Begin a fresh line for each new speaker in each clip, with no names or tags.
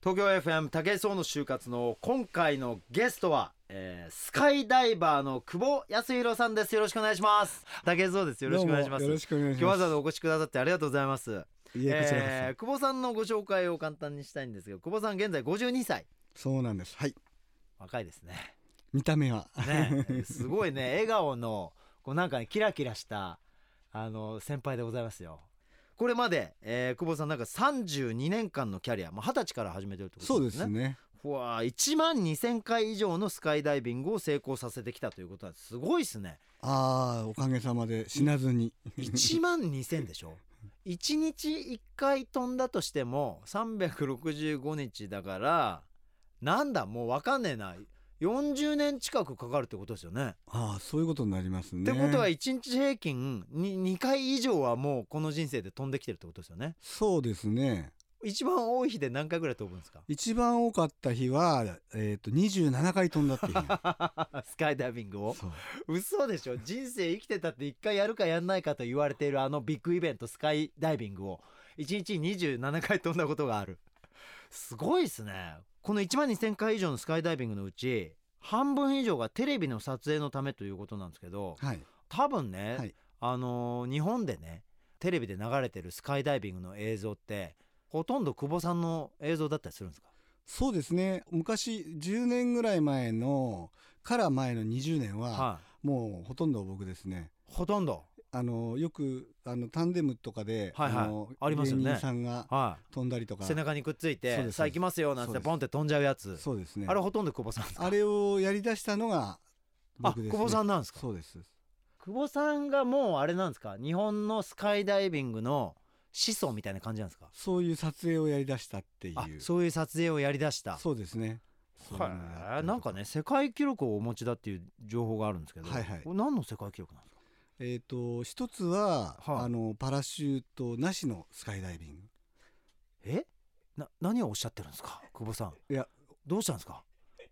東京 FM 武井壮の就活の今回のゲストは、えー、スカイダイバーの久保康弘さんですよろしくお願いします武井壮ですよろしくお願いします
どうもよろしくお願い
今
し
日
ま
わ
す
ざわざお越しくださってありがとうございます
いえこちらこそ、
えー久保さんのご紹介を簡単にしたいんですけど久保さん現在52歳
そうなんですはい
若いですね
見た目は
ねすごいね笑顔のこうなんかねキラキラしたあの先輩でございますよこれまで、えー久保さんなんか32年間のキャリア、まあ、20歳から始めてるってこ
そ
と
う
で
です
ね
すね
うわ1万2,000回以上のスカイダイビングを成功させてきたということはすごいですね
ああおかげさまで死なずに
1万2,000でしょ1日1回飛んだとしても365日だからなんだもう分かんねえな40年近くかかるってことですよね。
ああそういうことになります
っ
ね
てことは1日平均に2回以上はもうこの人生で飛んできてるってことですよね。
そうですね
一番多い日で何回ぐらい飛ぶんですか
一番多かった日はえっ、と27回飛んだっていう日
スカイダイビングを
そう
嘘でしょ人生生きてたって1回やるかやんないかと言われているあのビッグイベントスカイダイビングを1日27回飛んだことがあるすごいですねこの1万2,000回以上のスカイダイビングのうち半分以上がテレビの撮影のためということなんですけど
はい
多分ね、
はい
あのー日本でねテレビで流れてるスカイダイビングの映像ってほとんど久保さんの映像だったりするんですか
そうですね昔10年ぐらい前のから前の20年は
はい
もうほとんど僕ですね
ほとんど
あのよくあのタンデムとかで、
はいはい
の
ありますよね
芸人さんが
は
飛んだりと
い
か
背中にくっつい
そう
て
です
さあ行きますよなんつっ
そ
て
うです
ポンって飛んじゃうやつ
そうですね
あれほとんど久保さんですか
あれをやり出したの
あ、
が僕です、ね、
久保さんなんですか
そうです
久保さんがもうあれなんですか日本のスカイダイビングの始祖みたいな感じなんですか
そういう撮影をやり出したっていう
あそういう撮影をやりだした
そうですねそういうのをやったりと
はいなんかね世界記録をお持ちだっていう情報があるんですけど、
はいはい
これ何の世界記録なんですか
えっ、と一つは、
はい
あのパラシュートなしのスカイダイビング
えな何をおっしゃってるんですか久保さん
いや
どうしたんですか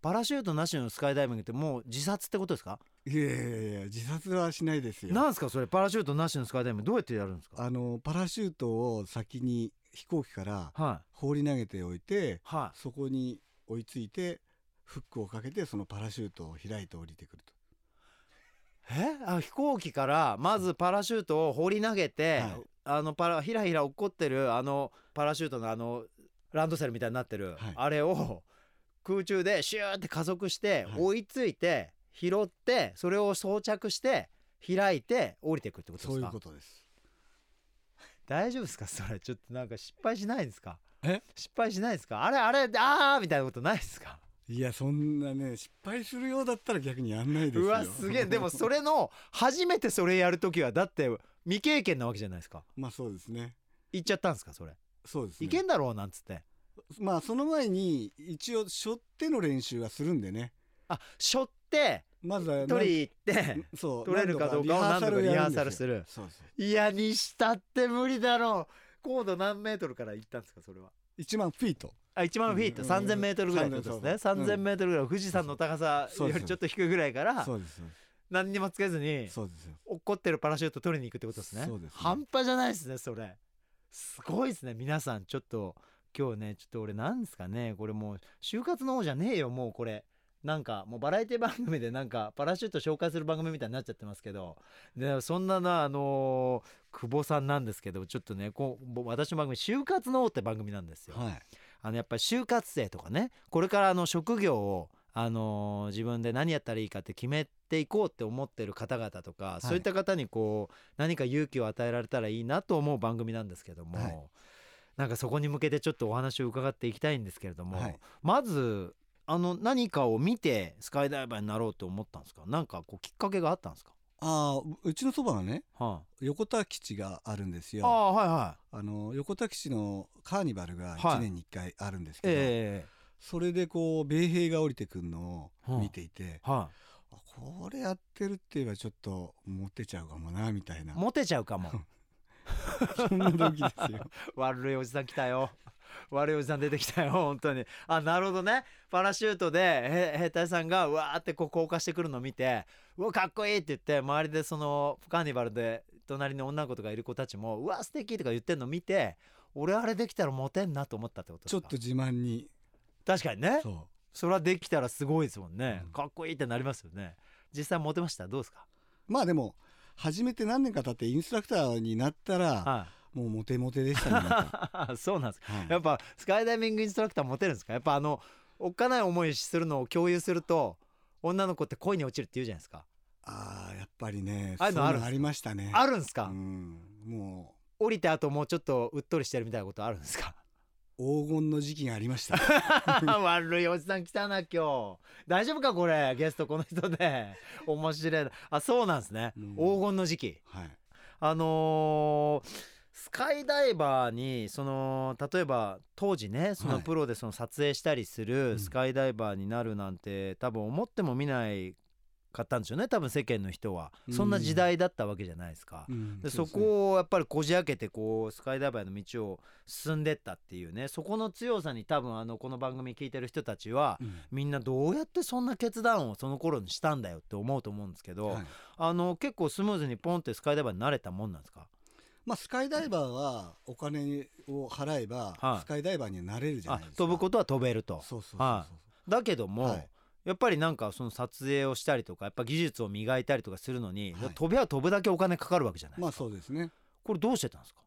パラシュートなしのスカイダイビングってもう自殺ってことですか
いやいやいや自殺はしないですよ
なんですかそれパラシュートなしのスカイダイビングどうやってやるんですか
あのパラシュートを先に飛行機から
はい
放り投げておいて
は
そこに追いついてフックをかけてそのパラシュートを開いて降りてくると
いえあ飛行機からまずパラシュートを放り投げて、
はい
あのパラひらひら落っこってるあのパラシュートのあのランドセルみたいになってる、
はい
あれを空中でシューって加速して、
はい
追いついて拾ってそれを装着して開いて降りていくってことで
そ
す
うい
か
うことです
大丈夫ですかそれちょっとなんか失敗しないですか
え
失敗しないですかあれあれあーみたいなことないですか
いやそんなね失敗するようだったら逆にやんないですよ
うわす げえでもそれの初めてそれやるときはだって未経験なわけじゃないですか
まあそうですね
行っちゃったんですかそれ
そうですね
いけんだろうなんつって
まあその前に一応しょっての練習はするんでね
あしょって
まずは
取り行 って
なんそう
取れるかどうかを何度かリハーサルする
そうそう
いやにしたって無理だろう高度何メートルから行ったんですかそれは
1万フィート
あ1万フィート
うん
3000メートルぐらいってことですね
3000
3000メートルぐらい富士山の高さ
そう
よ
です
りちょっと低いぐらいから
そうですそうで
何にもつけずに
すそうですよ
落っこってるパラシュート取りに行くってことですね
そうですね
半端じゃないですねそれすごいですね皆さんちょっと今日ねちょっと俺なんですかねこれもう就活の方じゃねえよもうこれなんかもうバラエティ番組でなんかパラシュート紹介する番組みたいになっちゃってますけどでそんななあのー久保さんなんですけどちょっとねこうぼ私の番組「就活の王」って番組なんですよ。
はい
あのやっぱり就活生とかねこれからあの職業を、あのー自分で何やったらいいかって決めていこうって思ってる方々とか、
い
そういった方にこう何か勇気を与えられたらいいなと思う番組なんですけども、
はい
なんかそこに向けてちょっとお話を伺っていきたいんですけれども、
はい
まずあの何かを見てスカイダイバーになろうと思ったんですかなんかこうきっかけがあったんですか、
ああうちのそばがね
は
横田基地があるんです
あ、あ
よ
あはいはい
あの横田基地のカーニバルが
はい
1年に1回あるんですけど、
え
それでこう米兵が降りてくるのを見ていて、
えは、
あこれやってるって言えばちょっとモテちゃうかもなみたいない
モテちゃうかも
そんな時で すよ
悪いおじさん来たよ 悪いおじさん出てきたよ 本当にあなるほどねパラシュートでへ兵隊さんがうわーってこう降下してくるのを見てうわかっこいいって言って周りでそのカーニバルで隣の女の子とかいる子たちもうわ素敵とか言ってんの見て俺あれできたらモテんなと思ったってことで
ちょ
す
っ
か
と自慢に
確かにね
そう
それはできたらすごいですもんね、
うん
かっこいいってなりますよね実際モテましたどうですか
まあでも初めて何年か経ってインストラクターになったら
は
もうモテモテでした ねなんか
いそうなんです
は い
やっぱスカイダイビングインストラクターモテるんですかやっぱあのおっかない思いするのを共有すると女の子って恋に落ちるって言うじゃないですか
ああやっぱりね
ああいうのあるんです
そういうのありましたね
あるんですか、
うんも
降りた後もうちょっとうっとりしてるみたいなことあるん ですか
う黄金の時期がありま した
悪いおじさん来たな今日大丈夫かこれゲストこの人で面白いなあそうなんですね、
うん
黄金の時期
はい
あのースカイダイバーにその例えば当時ねその
はい
プロでその撮影したりす
う
る
ん
スカイダイバーになるなんて、多分思っても見ないかったんでしょうね多分世間の人は
うん
そんな時代だったわけじゃないですか。
うん
で
そう
そ
ですね
こをやっぱりこじ開けてこうスカイダイバーの道を進んでったっていうねそこの強さに多分あのこの番組聞いてる人たちは
うん
みんなどうやってそんな決断をその頃にしたんだよって思うと思うんですけど、
はい
あの結構スムーズにポンってスカイダイバーになれたもんなんですか
まあスカイダイバーはお金を払えば
はい
スカイダイバーにはなれるじゃな
あ
いですか
飛ぶこととは飛べると
そうそうそう
は
そう
だけども、
はい
やっぱりなんかその撮影をしたりとかやっぱ技術を磨いたりとかするのに、
はい
飛べは飛ぶだけお金かかるわけじゃないですか、
まあそうですね
これどうしてたんですか、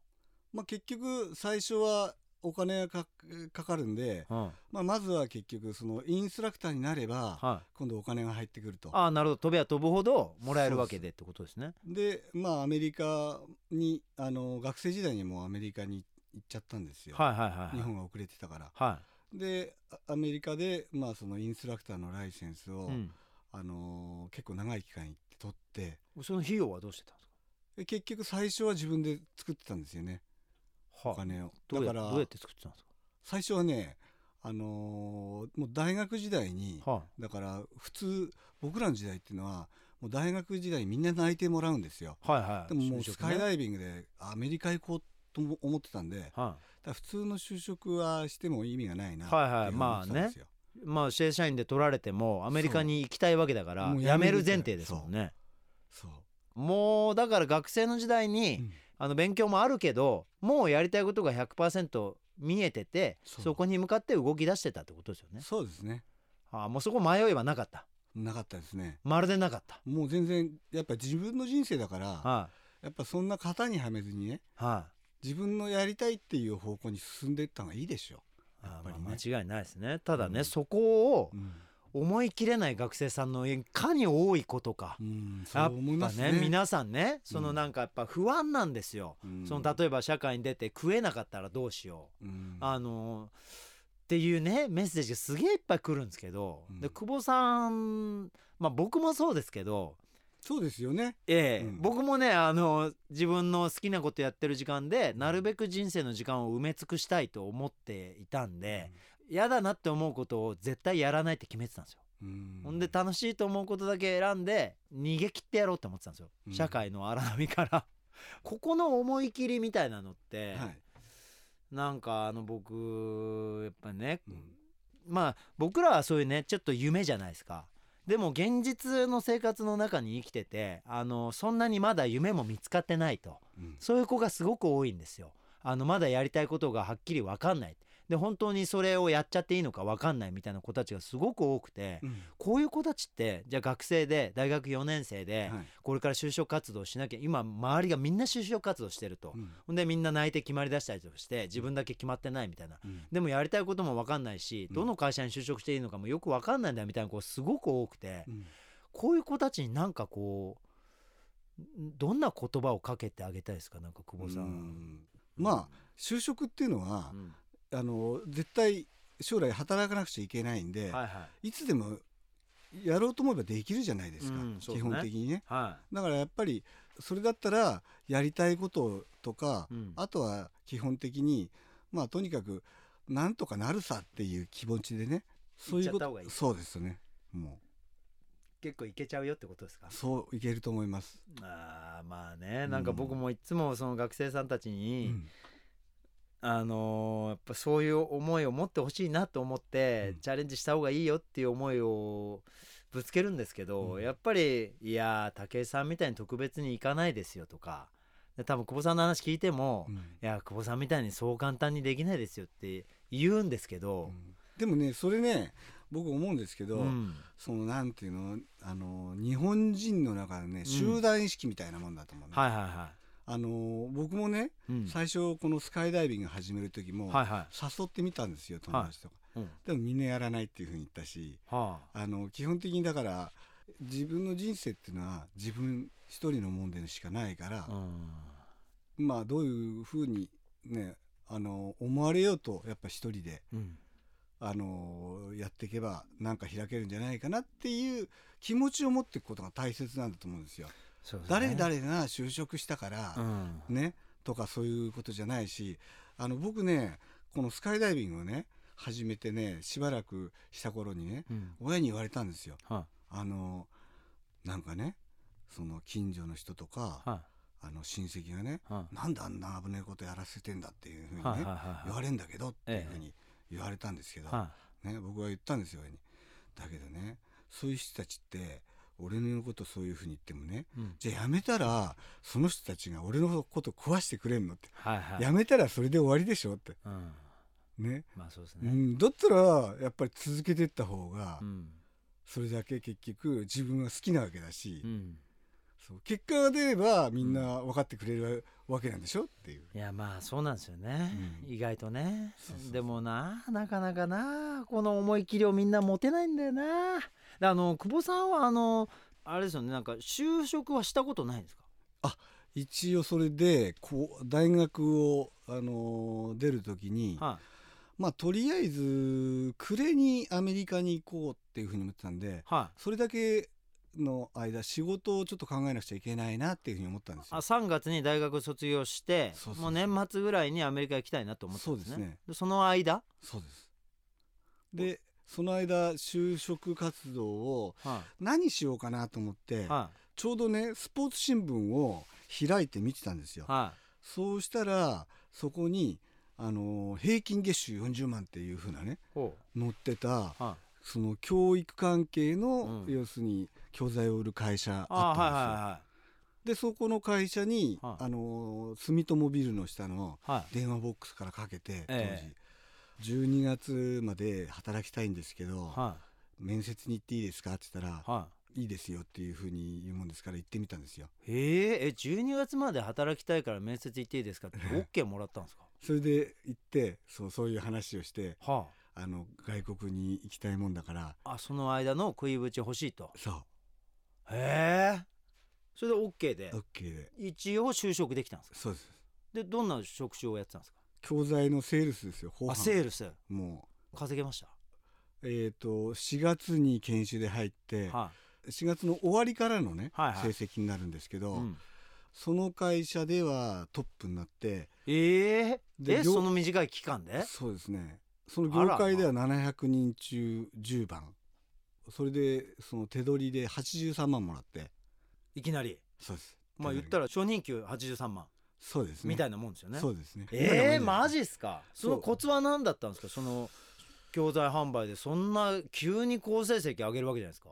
まあ結局最初はお金がかかかるんで
うんはい、
まあまずは結局そのインストラクターになれば
あ
今度お金が入ってくると
あなるほど飛べは飛ぶほどもらえるわけでってことですね
でまあアメリカにあの学生時代にもうアメリカに行っちゃったんですよ、
はいはいはい
日
はい
本が遅れてたから
は
であアメリカで、まあ、そのインストラクターのライセンスを、
い、うん、
あのー結構長い期間行って取って
その費用はどうしてたんです
で結局最初は自分で作ってたんですよね
か
お
はあ
金を
ど
だ
う
か
や
ら
どうやって作ってたんです
最初はねあのーもう大学時代に
かは
だから普通僕らの時代っていうのはもう大学時代みんな内定もらうんですよ
あ、はいはい
でももう
就
ス
職
カイ
ね
ダイビングでアメリカ行こうとも思ってたんで、
は
だから普通の就職はしても意味がないなって
はいはい
いう思ってたんですよ
い、まあ正社員で取られてもアメリカに行きたいわけだから
もう
辞
辞
め
める
る前提ですもんね
そう
もうだから学生の時代に、
うん
あの勉強もあるけどもうやりたいことが100%見えてて
そ
そうこに向かって動き出してたってことですよね
そうですね
ああもうそこ迷いはなかった
なかったですね
まるでなかった
もう全然やっぱ自分の人生だから
は
やっぱそんな型にはめずにね
いはい
自分のやりたいっていう方向に進んでいった方がいいでしょ、や
あ
っ
あ
ぱりね
まあ間違いないですねただね、
うん
そこを
うん
思い切れない学生さんのいかに多いことか、
うんそ
や
う
っ
思い
ぱ
ますね
ね皆さんねその
うん
なんかやっぱ不安なんですよ、
うん
その例えば社会に出て食えなかったらどうしよう
うん
あのーっていうねメッセージがすげえいっぱい来るんですけど、
うん
で久保さんまあ僕もそうですけど、
そうですよね
ええ
うん
僕もねあのー自分の好きなことやってる時間でなるべく人生の時間を埋め尽くしたいと思っていたんで嫌、だなって思うことを絶対やらないって決めてたんですよ。
うん
ほんで楽しいと思うことだけ選んで逃げ切ってやろうって思ってたんですよ、
うん
社会の荒波から。 ここの思い切りみたいなのって、
はい
なんかあの僕やっぱね、
うん
まあ僕らはそういうねちょっと夢じゃないですかでも現実の生活の中に生きててあのそんなにまだ夢も見つかってないと
うん
そういう子がすごく多いんですよあのまだやりたいことがはっきり分かんないで本当にそれをやっちゃっていいのか分かんないみたいな子たちがすごく多くて、
うん
こういう子たちってじゃあ学生で大学4年生で、
はい
これから就職活動しなきゃ今周りがみんな就職活動してると
う、ん
ほんでみんな内定決まりだしたりとかして自分だけ決まってないみたいな
うん
でもやりたいことも分かんないし、
うん
どの会社に就職していいのかもよく分かんないんだよみたいな子すごく多くて、
うん
こういう子たちになんかこうんどんな言葉をかけてあげたいですかなんか久保さ。
うんんまあ就職っていうのは、
うん
あの絶対将来働かなくちゃいけないん
は
で、
いはい
い、つでもやろうと思えばできるじゃないですか、
うんそう
基
ですね
本的にね
は
だからやっぱりそれだったらやりたいこととか、
い。うん
あとは基本的にまあとにかくなんとかなるさっていう気持ちでねそういうこ
行っちゃった方
と
がいい
そうですねも
結構いけちゃうよってことですか
うそういけると思います、
あーまあねなんか僕もいつもその学生さんたち
う
に、
ん
あのーやっぱそういう思いを持ってほしいなと思って、
うん
チャレンジした方がいいよっていう思いをぶつけるんですけど、
うん
やっぱりいやー武井さんみたいに特別に行かないですよとかで多分久保さんの話聞いても、
うん
いや久保さんみたいにそう簡単にできないですよって言うんですけ
う
ど、
んでもねそれね僕思うんですけど、
うん
そのなんていうのあの日本人の中でね集団意識みたいなもんだと思うね、
はいはいは
あの僕もね、
い、うん、
最初このスカイダイビング始める時も、
はいは
誘ってみたんですよ友達とか、
い、うん、は
でもみんなやらないっていうふうに言ったし
あ
あの基本的にだから自分の人生っていうのは自分一人のもんでしかないから
う、ん
まあどういうふうにねあの思われようとやっぱ一人で
うん
あのやっていけばなんか開けるんじゃないかなっていう気持ちを持っていくことが大切なんだと思うんですよ。
そうですね
誰々が就職したから、
うん
ねとかそういうことじゃないしあの僕ねこのスカイダイビングをね始めてねしばらくした頃にね
うん
親に言われたんですよ。
は
あのなんかねその近所の人とか
いは
あの親戚がね
いはい
なんであんな危ないことやらせてんだっていうふうにね、
はいはいはい
言われんだけどっていう
ええ
ふうに言われたんですけど、
は
ね、僕は言ったんですよ親に。だけどねそういう人たちって俺のことそういうふうに言ってもね
いうん
じゃあやめたらその人たちが俺のこと壊してくれんのって、
はいはい
やめたらそれで終わりでしょって
うん
ね、
まあそうです
う
ね
ん、だったらやっぱり続けてった方が
うん
それだけ結局自分は好きなわけだし、
うん
そう結果が出ればみんな分かってくれるわけなんでしょっていう。
いやまあそうなんですよね、
うん
意外とね
そうそうそう
でもななかなかなこの思い切りをみんな持てないんだよなであの久保さんはあのあれですよねなんか就職はしたことないんですか
一応それでこう大学を、あのー出る時に、
は
まあとりあえず暮れにアメリカに行こうっていうふうに思ってたんで
いはい
それだけの間仕事をちょっと考えなくちゃいけないなっていうふうに思ったんです
あ
よ。
3月に大学卒業して
そうそうそう
もう年末ぐらいにアメリカ行きたいなと思ってたんですね
そうですね
でその間、
そうですでその間就職活動を
は
何しようかなと思っ
い
て
は
ちょうどねスポーツ新聞を開いて見てたんです
い
よ。
は
そうしたらそこに、あのー平均月収40万っていうふうなね
いほ
載ってた
うはい
その教育関係の、
うん
要するに教材を売る会社
あ
あったんですよ。
は
でそこの会社に、
は
あのー住友ビルの下の
いはいはい
電話ボックスからかけて当時、
え
12月まで働きたいんですけど、
は
面接に行っていいですかって言ったら、
いはい
い、いですよっていうふうに言うもんですから行ってみたんですよ。
へええ12月まで働きたいから面接行っていいですかって OK もらったんですか
それで行ってそうそういう話をして
は
あの外国に行きたいもんだから
ああその間の食いぶち欲しいと
そ
へえそれで OK で
う OK で
一応就職できたんですか
そうです
でどんな職種をやってたんですか
教材のセールスですよ後
あ
半
セールス
も
稼げました
う、えー、と4月に研修で入って、
は
4月の終わりからのね、
はいはい
成績になるんですけ
い、
ど、
うん、
その会社ではトップになって
ええ
で
え
業
その短い期間で
そうですねその業界では700人中10番それでその手取りで83万もらって
いきなり
そうです
まあ言った
ら
ら初任給83万
そうですね
みたいなもんですよね
そうですね
ええマ
ジ
ジっすかそ
そう
のコツは何だったんですかその教材販売でそんな急に好成績上げるわけじゃないですか、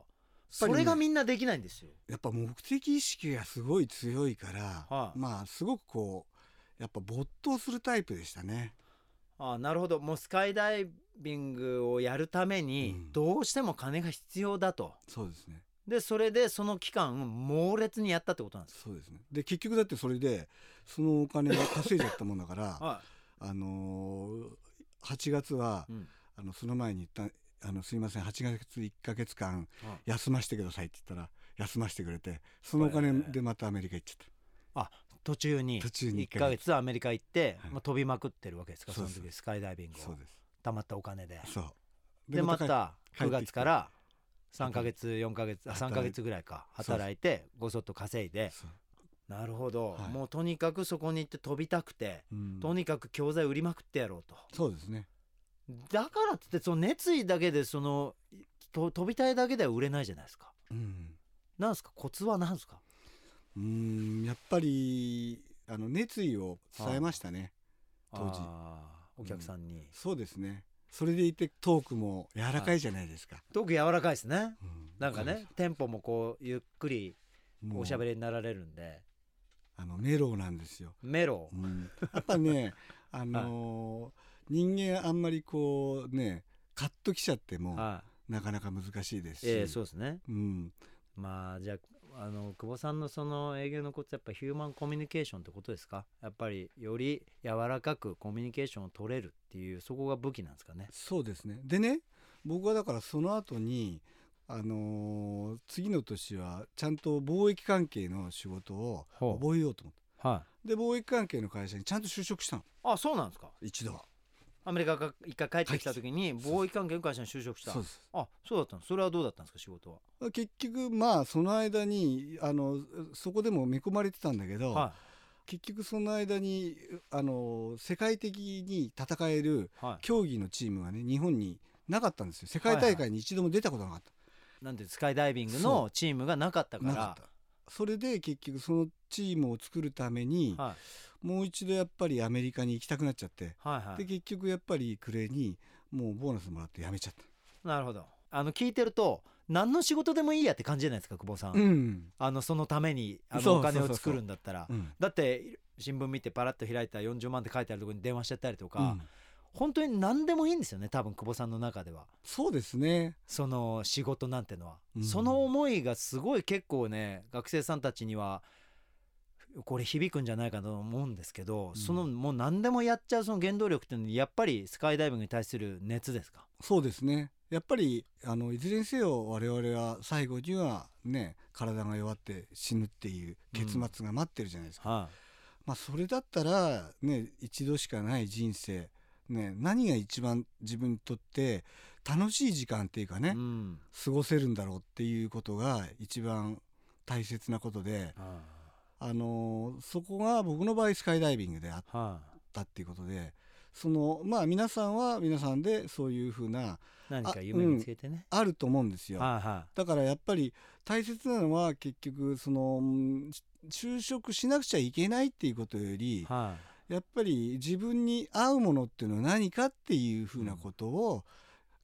そ
ぱりね
れがみんなできないんですよ
やっぱ目的意識がすごい強いから、
はい
まあすごくこうやっぱ没頭するタイプでしたね
ああなるほどもうスカイダイビングをやるため
う
に
ん
どうしても金が必要だと、
そうですね
でそれでその期間猛烈にやったってことなんです
そうですねで結局だってそれでそのお金を稼いじゃったもん だから
かは
あのー、8月は、
い、うん
あのその前に言ったあのすいません8月1か月間
はい
休ませてくださいって言ったら休ませてくれてそのお金でまたアメリカ行っちゃっ
途中に
た途中に
1
1か
か
月
月アメリカ行って、
はい
まあ、飛びまくってるわけですかそ
そう
の
です
時スカイダイビング
そう
を
です
貯まったお金で
そう
でまた
帰ってきて
9月から3ヶ月4ヶ月あ3
働い
ヶ月ぐらいか働いてごそっと稼いで
そう
なるほど、
はい
もうとにかくそこに行って飛びたくて、
うん
とにかく教材売りまくってやろうと
そうですね
だからっつってその熱意だけでそのと飛びたいだけでは売れないじゃないですか
うん
なんですかコツはなんですか
うんやっぱりあの熱意を伝えましたね当時
あーお客さんに、
そうですねそれでいてトークも柔らかいじゃないですか、
特に柔らかいですね
う
なんかねテンポもこうゆっくりおしゃべ
り
りになられるんで
あのメロウなんですよ
メロ
うんやっぱね、あのー人間あんまりこうねカッときちゃっても、
は
なかなか難しいです
い、
し、
ええそうですね
うん、
まあじゃああの久保さんのその営業のコツやっぱヒューマンコミュニケーションってことですかやっぱりより柔らかくコミュニケーションを取れるっていうそこが武器なんですかね
そうですねでね僕はだからその後にあのー次の年はちゃんと貿易関係の仕事を
ほう
覚えようと思って
は
で貿易関係の会社にちゃんと就職したの
いあそうなんですか
一度は
アメリカが一回帰ってきた時に
帰ってきた
貿易関係の会社に就職した
そうです
あそうだったのそれはどうだったんですか仕事は
結局まあその間にあのそこでも見込まれてたんだけど、
は
結局その間にあの世界的に戦える
いは
競技のチームがね日本になかったんですよ世界大会に一度も出たことがなかった、
いなんてスカイダイビング
そ
のチームがなかったから
なかったそれで結局そのチームを作るために、
はい
もう一度やっぱりアメリカに行きたくなっちゃって、
はいは
で
い
結局やっぱり暮れにもうボーナスもらって辞めちゃっ
なるほどあの聞いてると何の仕事でもいいやって感じじゃないですか久保さん、
た、うん
あのそのためにあ
そう
のお金
そう
を
そう
作るんだったら
うん
だって新聞見てパラッと開いたら40万って書いてあるところに電話しちゃったりとか、
うん
本当に何でもいいんですよね多分久保さんの中では
そうですね
その仕事なんてのは、
うん
その思いがすごい結構ね学生さんたちにはこれ響くんじゃないかと思うんですけど、
ん
そのもう何でもやっちゃうその原動力っていうのはやっぱりスカイダイビングに対する熱ですか
そうですねやっぱりあのいずれにせよ我々は最後にはね体が弱って死ぬっていう結末が待ってるじゃないですか、
は
まあそれだったらね一度しかない人生ね何が一番自分にとって楽しい時間っていうか
い、
ね、
うん
過ごせるんだろうっていうことが一番大切なことで
は
あのそこが僕の場合スカイダイビングであっ
いは
たっていうことでそのまあ皆さんは皆さんでそういうふうない
何か夢見つけてね、
あると思うんですよ。
はいは
だからやっぱり大切なのは結局そのうん就職しなくちゃいけないっていうことよ
い
り
は
やっぱり自分に合うものっていうのは何かっていうふうなことを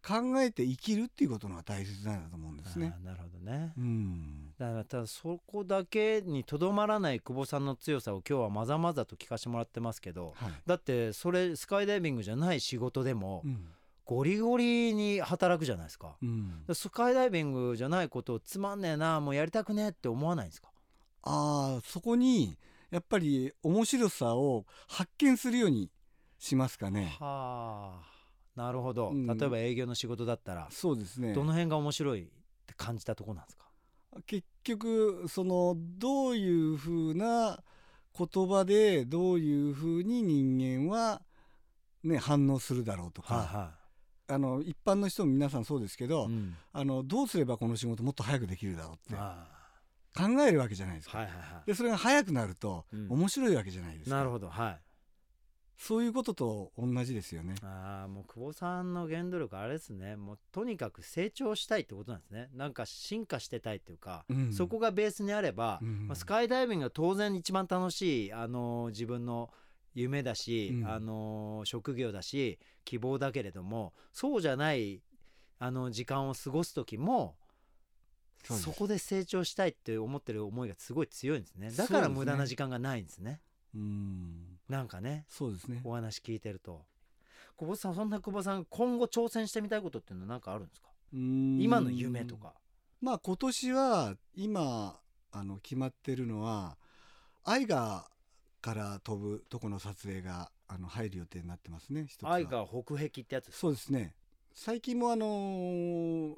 考えて生きるっていうことのが大切なんだと思うん
い
ですね
あ。ーなるほどね
うん
だからただそこだけにとどまらない久保さんの強さを今日はまざまざと聞かせてもらってますけど
はい
だってそれスカイダイビングじゃない仕事でも
うん
ゴリゴリに働くじゃないですかだか
うん
らスカイダイビングじゃないことをつまんねえなもうやりたくねえって思わないんですか
ああそこにやっぱり面白さを発見するようにしますかね。
はあなるほど、
うん
例えば営業の仕事だったら
そうですね
どの辺が面白いって感じたとこなんですか
結局そのどういうふうな言葉でどういうふうに人間は、ね、反応するだろうとか、あの一般の人も皆さんそうですけど、
うん
あのどうすればこの仕事もっと早くできるだろうって
あ
考えるわけじゃないです
あ
か。
はいはいはい
でそれが早くなると
うん
面白いわけじゃないですか。
なるほどはい
そういうことと同じですよね。
ああもう久保さんの原動力あれですねもうとにかく成長したいってことなんですねなんか進化してたいっていうか、
うん
そこがベースにあれば、
うん
まあ、スカイダイビングが当然一番楽しい、あのー自分の夢だし、
うん
あのー職業だし希望だけれどもそうじゃない、あのー時間を過ごす時もそ
そ
う
です
こで成長したいって思ってる思いがすごい強いんですねだから
そうですね
無駄な時間がないんですね
うん
なんかね
そうですね。
お話聞いてると久保さんそんな久保さん今後挑戦してみたいことっていうのは何かあるんですか今
今
の夢とか
まあ今年は今あの決まってるのはアイガーから飛ぶとこの撮影があの入る予定になってますね一つは
愛が北壁ってやつです
そうですね最近もあのー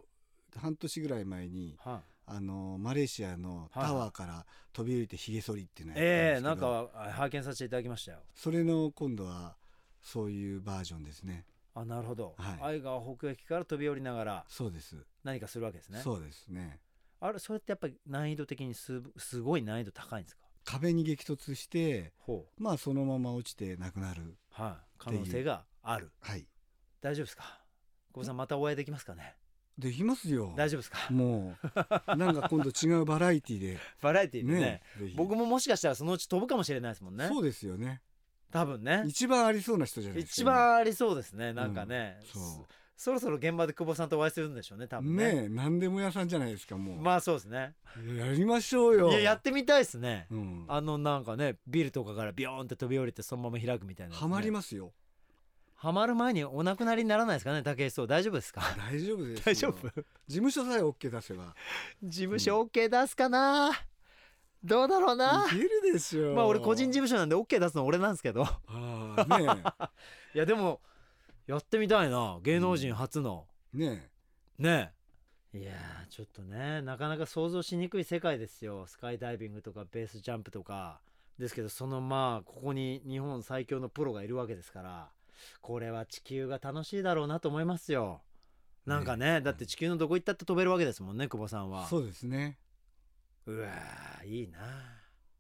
半年ぐらい前に
か、はい
あのーマレーシアのタワーから飛び降りてひげ剃りっていうのをや
ええ
ったんですけど、
なんかあ拝見させていただきましたよ
それの今度はそういうバージョンですね
あなるほど、
はい
愛が北壁から飛び降りながら
そうです
何かするわけですね
そうですね
あれそれってやっぱり難易度的にすすごい難易度高いんですか
壁に激突して
ほう
まあそのまま落ちてなくなる
はい可能性がある
はい
大丈夫ですか久保さんまたお会いできますかね
できますよ
大丈夫ですか
もうなんか今度違うバラエテ ィで
バラエティーでね
ねぜひ
僕ももしかしたらそのうち飛ぶかもしれないですもんね
そうですよね
多分ね
一番ありそうな人じゃないですか
一番ありそうですねなんかね、
今
そ
そ
ろそろ現場で久保さんとお会いするんでしょうね多
う
分ね
ねえ何でも屋さんじゃないですかもう、
まあそうですね
やりましょう
い
よ
ややってみたいですね、
うん
あのなんかねビルとかからビヨーンって飛び降りてそのまま開くみたいな、
ハマりますよ
ハマる前にお亡くなりにならないですかね武井壮大丈夫ですか
大丈夫ですよ
大丈夫
事務所さえ OK 出せば
事務所 OK 出すかな、どうだろうない
けるでしょ
まあ俺個人事務所なんで OK 出すの俺なんですけど
ああね
いやでもやってみたいな芸能人初の、
えね
ねえいやーちょっとねなかなか想像しにくい世界ですよスカイダイビングとかベースジャンプとかですけどそのまあここに日本最強のプロがいるわけですからこれは地球が楽しいだろうなと思いますよなんかねだって地球のどこ行ったって飛べるわけですもんね久保さん
え
は
そうですね
うわーいいな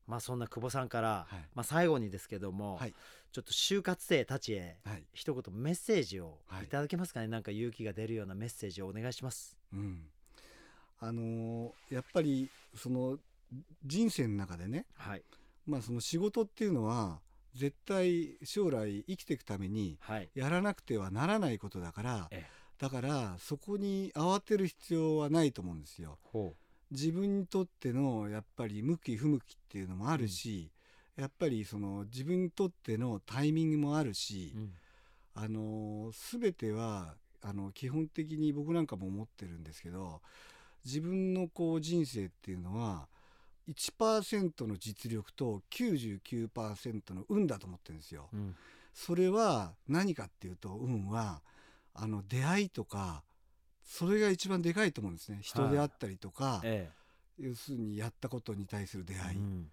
まあそんな久保さんから、
はい
まあ、最後にですけども、
はい
ちょっと就活生たちへ
はい
一言メッセージを
はい
いただけますかね、なんか勇気が出るようなメッセージをお願いします。
うんあのーやっぱりその人生の中でね
はい
まあその仕事っていうのは絶対将来生きていくために
はい
やらなくてはならないことだから
ええ
だからそこに慌てる必要はないと思うんですよ。
ほ
自分にとってのやっぱり向き不向きっていうのもあるし、やっぱりその自分にとってのタイミングもあるし、
うん、
あの全てはあの基本的に僕なんかも思ってるんですけど自分のこう人生っていうのは1%の実力と99%の運だと思ってるんですよ。
うん、
それは何かっていうと運はあの出会いとかそれが一番でかいと思うんですね人であったりとか、
え
要するにやったことに対する出
え
会い、
うん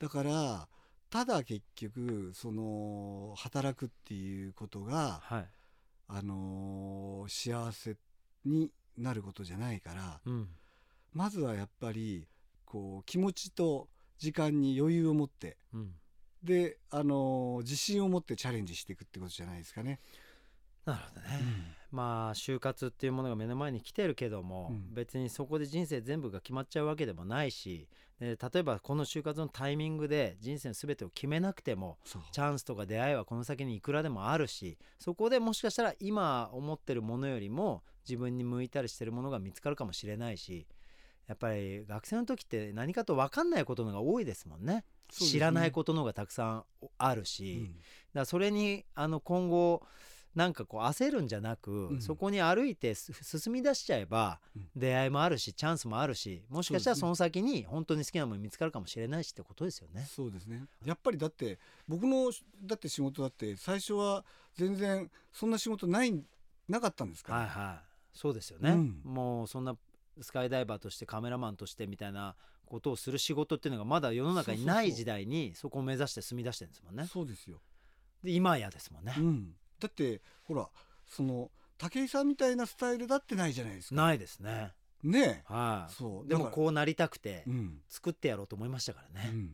だからただ結局その働くっていうことが、
はい、
あのー幸せになることじゃないから
うん、
まずはやっぱりこう気持ちと時間に余裕を持って
うん、
で、あのー自信を持ってチャレンジしていくってことじゃないですかね。
なるほどね、まあ就活っていうものが目の前に来てるけども、
うん
別にそこで人生全部が決まっちゃうわけでもないしで例えばこの就活のタイミングで人生の全てを決めなくても
そう
チャンスとか出会いはこの先にいくらでもあるしそこでもしかしたら今思ってるものよりも自分に向いたりしてるものが見つかるかもしれないしやっぱり学生の時って何かと分かんないことのが多いですもんね
そうですね
知らないことの方がたくさんある
う
し、だか
ん
らそれにあの今後なんかこう焦るんじゃなく、
ん
そこに歩いてす進み出しちゃえば、
うん
出会いもあるしチャンスもあるしもしかしたらそ
そう
の先に本当に好きなもの見つかるかもしれないしってことですよね。
そうですねやっぱりだって僕のだって仕事だって最初は全然そんな仕事ないなかったんですから、
はいはいそうですよね、
うん
もうそんなスカイダイバーとしてカメラマンとしてみたいなことをする仕事っていうのがまだ世の中にな
そう
い
そうそう
時代にそこを目指して住み出してるんですもんね
そうですよ、
で今やですもんね
う、ん、だってほらその武井さんみたいなスタイルだってないじゃないですか
ないですね
ね
はい、
そう
で
だか
も
ら
こうなりたくて
え、うん
作ってやろうと思いましたから
う
ね、
ん、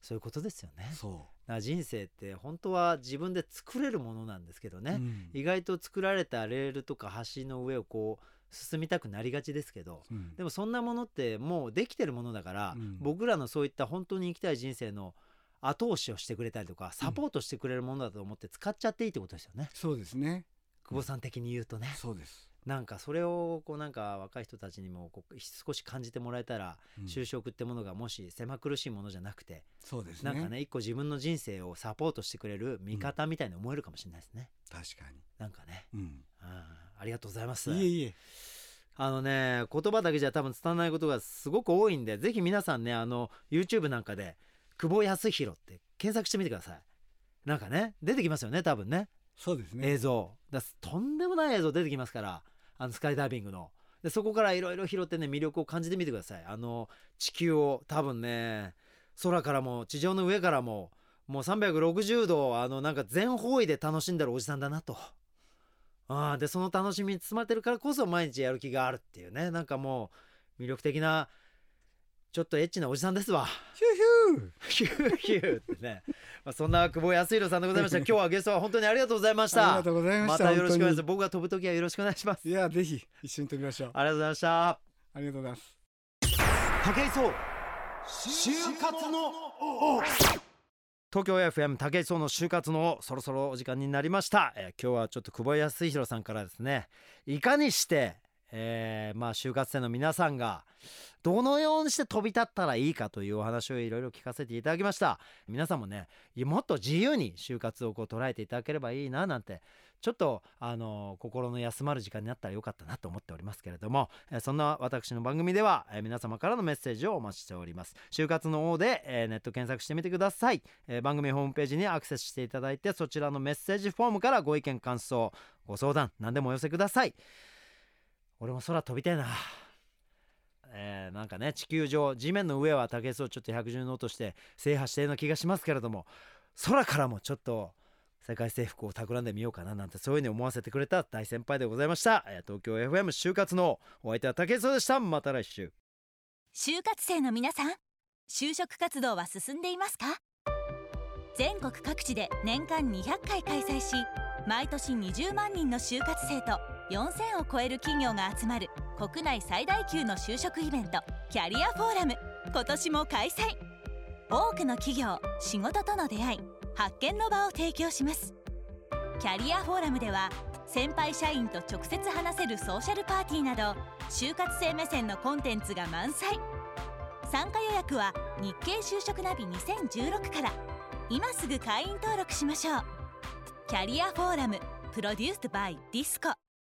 そういうことですよね
そ
だから人生って本当は自分で作れるものなんですけど
う、
ね、
うん
意外と作られたレールとか橋の上をこう進みたくなりがちですけど、
うん
でもそんなものってもうできてるものだから、
うん
僕らのそういった本当に生きたい人生の後押しをしてくれたりとかサポートしてくれるものだと思って使っちゃっていいってことですよね、
そうですね
久保さん的に言うとね、
そうです、
なんかそれをこうなんか若い人たちにもこう少し感じてもらえたら、
うん
就職ってものがもし狭苦しいものじゃなくて、
そうですね
なんかね一個自分の人生をサポートしてくれる味方みたいに思えるかもしれないですね、
確かに、
なんかね、
うん、
うん、ありがとうございます
いえいえ
あのね言葉だけじゃ多分伝わらないことがすごく多いんでぜひ皆さんねあの YouTube なんかで「久保康弘」って検索してみてくださいなんかね出てきますよね多分ね
そうですね、
映像だとんでもない映像出てきますからあのスカイダイビングのでそこからいろいろ拾ってね魅力を感じてみてくださいあの地球を多分ね空からも地上の上からももう360度あのなんか全方位で楽しんでるおじさんだなとあーでその楽しみに包まれてるからこそ毎日やる気があるっていうねなんかもう魅力的なちょっとエッチなおじさんですわ。
ヒューヒ
ヒ
ュー
ューヒューってね、まあ、そんな久保康弘さんでございま した今日はゲストは本当にありがとうございまし
あり
た
がとうございま
ま
した
たよろしくお願いしま
本
す。僕が飛ぶときはよろしくお願いします
当。にいやぜひ一緒に飛びましょう
ありがとうございました。
ありがとうございます
武井壮就活の東京 FM 武井壮の就活のそろそろお時間になりました、えー今日はちょっと久保康弘さんからですねいかにして、えーまあ就活生の皆さんがどのようにして飛び立ったらいいかというお話をいろいろ聞かせていただきました皆さんもねもっと自由に就活をこう捉えていただければいいななんてちょっとあの心の休まる時間になったらよかったなと思っておりますけれども、えーそんな私の番組では、えー皆様からのメッセージをお待ちしております就活の王で、えーネット検索してみてください、えー番組ホームページにアクセスしていただいてそちらのメッセージフォームからご意見感想ご相談何でもお寄せください俺も空飛びたいなえーなんかね地球上地面の上は竹巣をちょっと百獣の音として制覇したような気がしますけれども空からもちょっと世界征服を企んでみようかななんてそういうふうに思わせてくれた大先輩でございましたえー東京 FM 就活のお相手は竹磯でしたまた来週
就活生の皆さん就職活動は進んでいますか全国各地で年間200回開催し毎年20万人の就活生と4000を超える企業が集まる国内最大級の就職イベントキャリアフォーラム今年も開催多くの企業仕事との出会い発見の場を提供しますキャリアフォーラムでは先輩社員と直接話せるソーシャルパーティーなど就活生目線のコンテンツが満載参加予約は「日経就職ナビ2016」から今すぐ会員登録しましょうキャリアフォーラムプロデュース by ディスコ